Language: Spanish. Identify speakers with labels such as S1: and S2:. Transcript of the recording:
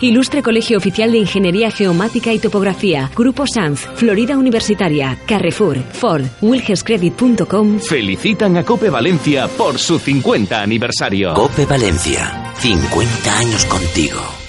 S1: Ilustre Colegio Oficial de Ingeniería Geomática y Topografía, Grupo Sanz, Florida Universitaria, Carrefour, Ford, wilgescredit.com.
S2: Felicitan a Cope Valencia por su 50 aniversario.
S3: Cope Valencia, 50 años contigo.